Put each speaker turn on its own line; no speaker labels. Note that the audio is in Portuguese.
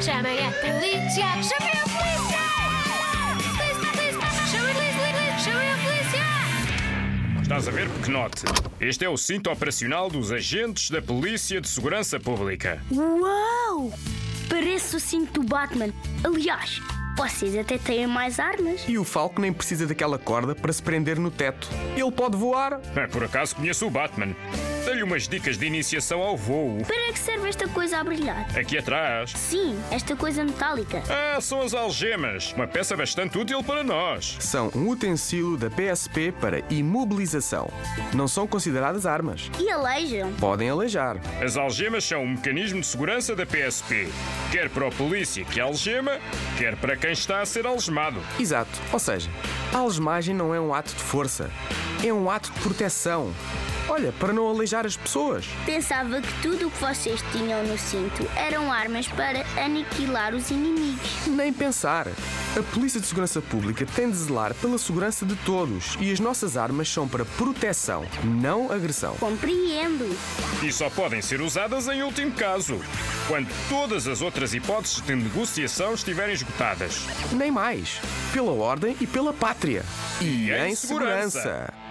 Chamei a polícia! Chamei a polícia! Polícia, polícia! Chamei a polícia! Chamei a polícia!
Estás a ver, Pequenote? Este é o cinto operacional dos agentes da Polícia de Segurança Pública.
Uau! Parece o cinto do Batman. Aliás, vocês até têm mais armas.
E o Falco nem precisa daquela corda para se prender no teto. Ele pode voar.
Ah, Por acaso conheço o Batman. Dei-lhe umas dicas de iniciação ao voo.
Para que serve esta coisa a brilhar?
Aqui atrás.
Sim, esta coisa metálica.
Ah, são as algemas. Uma peça bastante útil para nós.
São um utensílio da PSP para imobilização. Não são consideradas armas.
E alejam.
Podem aleijar.
As algemas são um mecanismo de segurança da PSP. Quer para o polícia que é algema, quer para quem está a ser algemado.
Exato. Ou seja, a algemagem não é um ato de força. É um ato de proteção. Olha, para não aleijar as pessoas.
Pensava que tudo o que vocês tinham no cinto eram armas para aniquilar os inimigos.
Nem pensar. A Polícia de Segurança Pública tem de zelar pela segurança de todos e as nossas armas são para proteção, não agressão.
Compreendo.
E só podem ser usadas em último caso, quando todas as outras hipóteses de negociação estiverem esgotadas.
Nem mais. Pela ordem e pela pátria.
E em segurança.
segurança.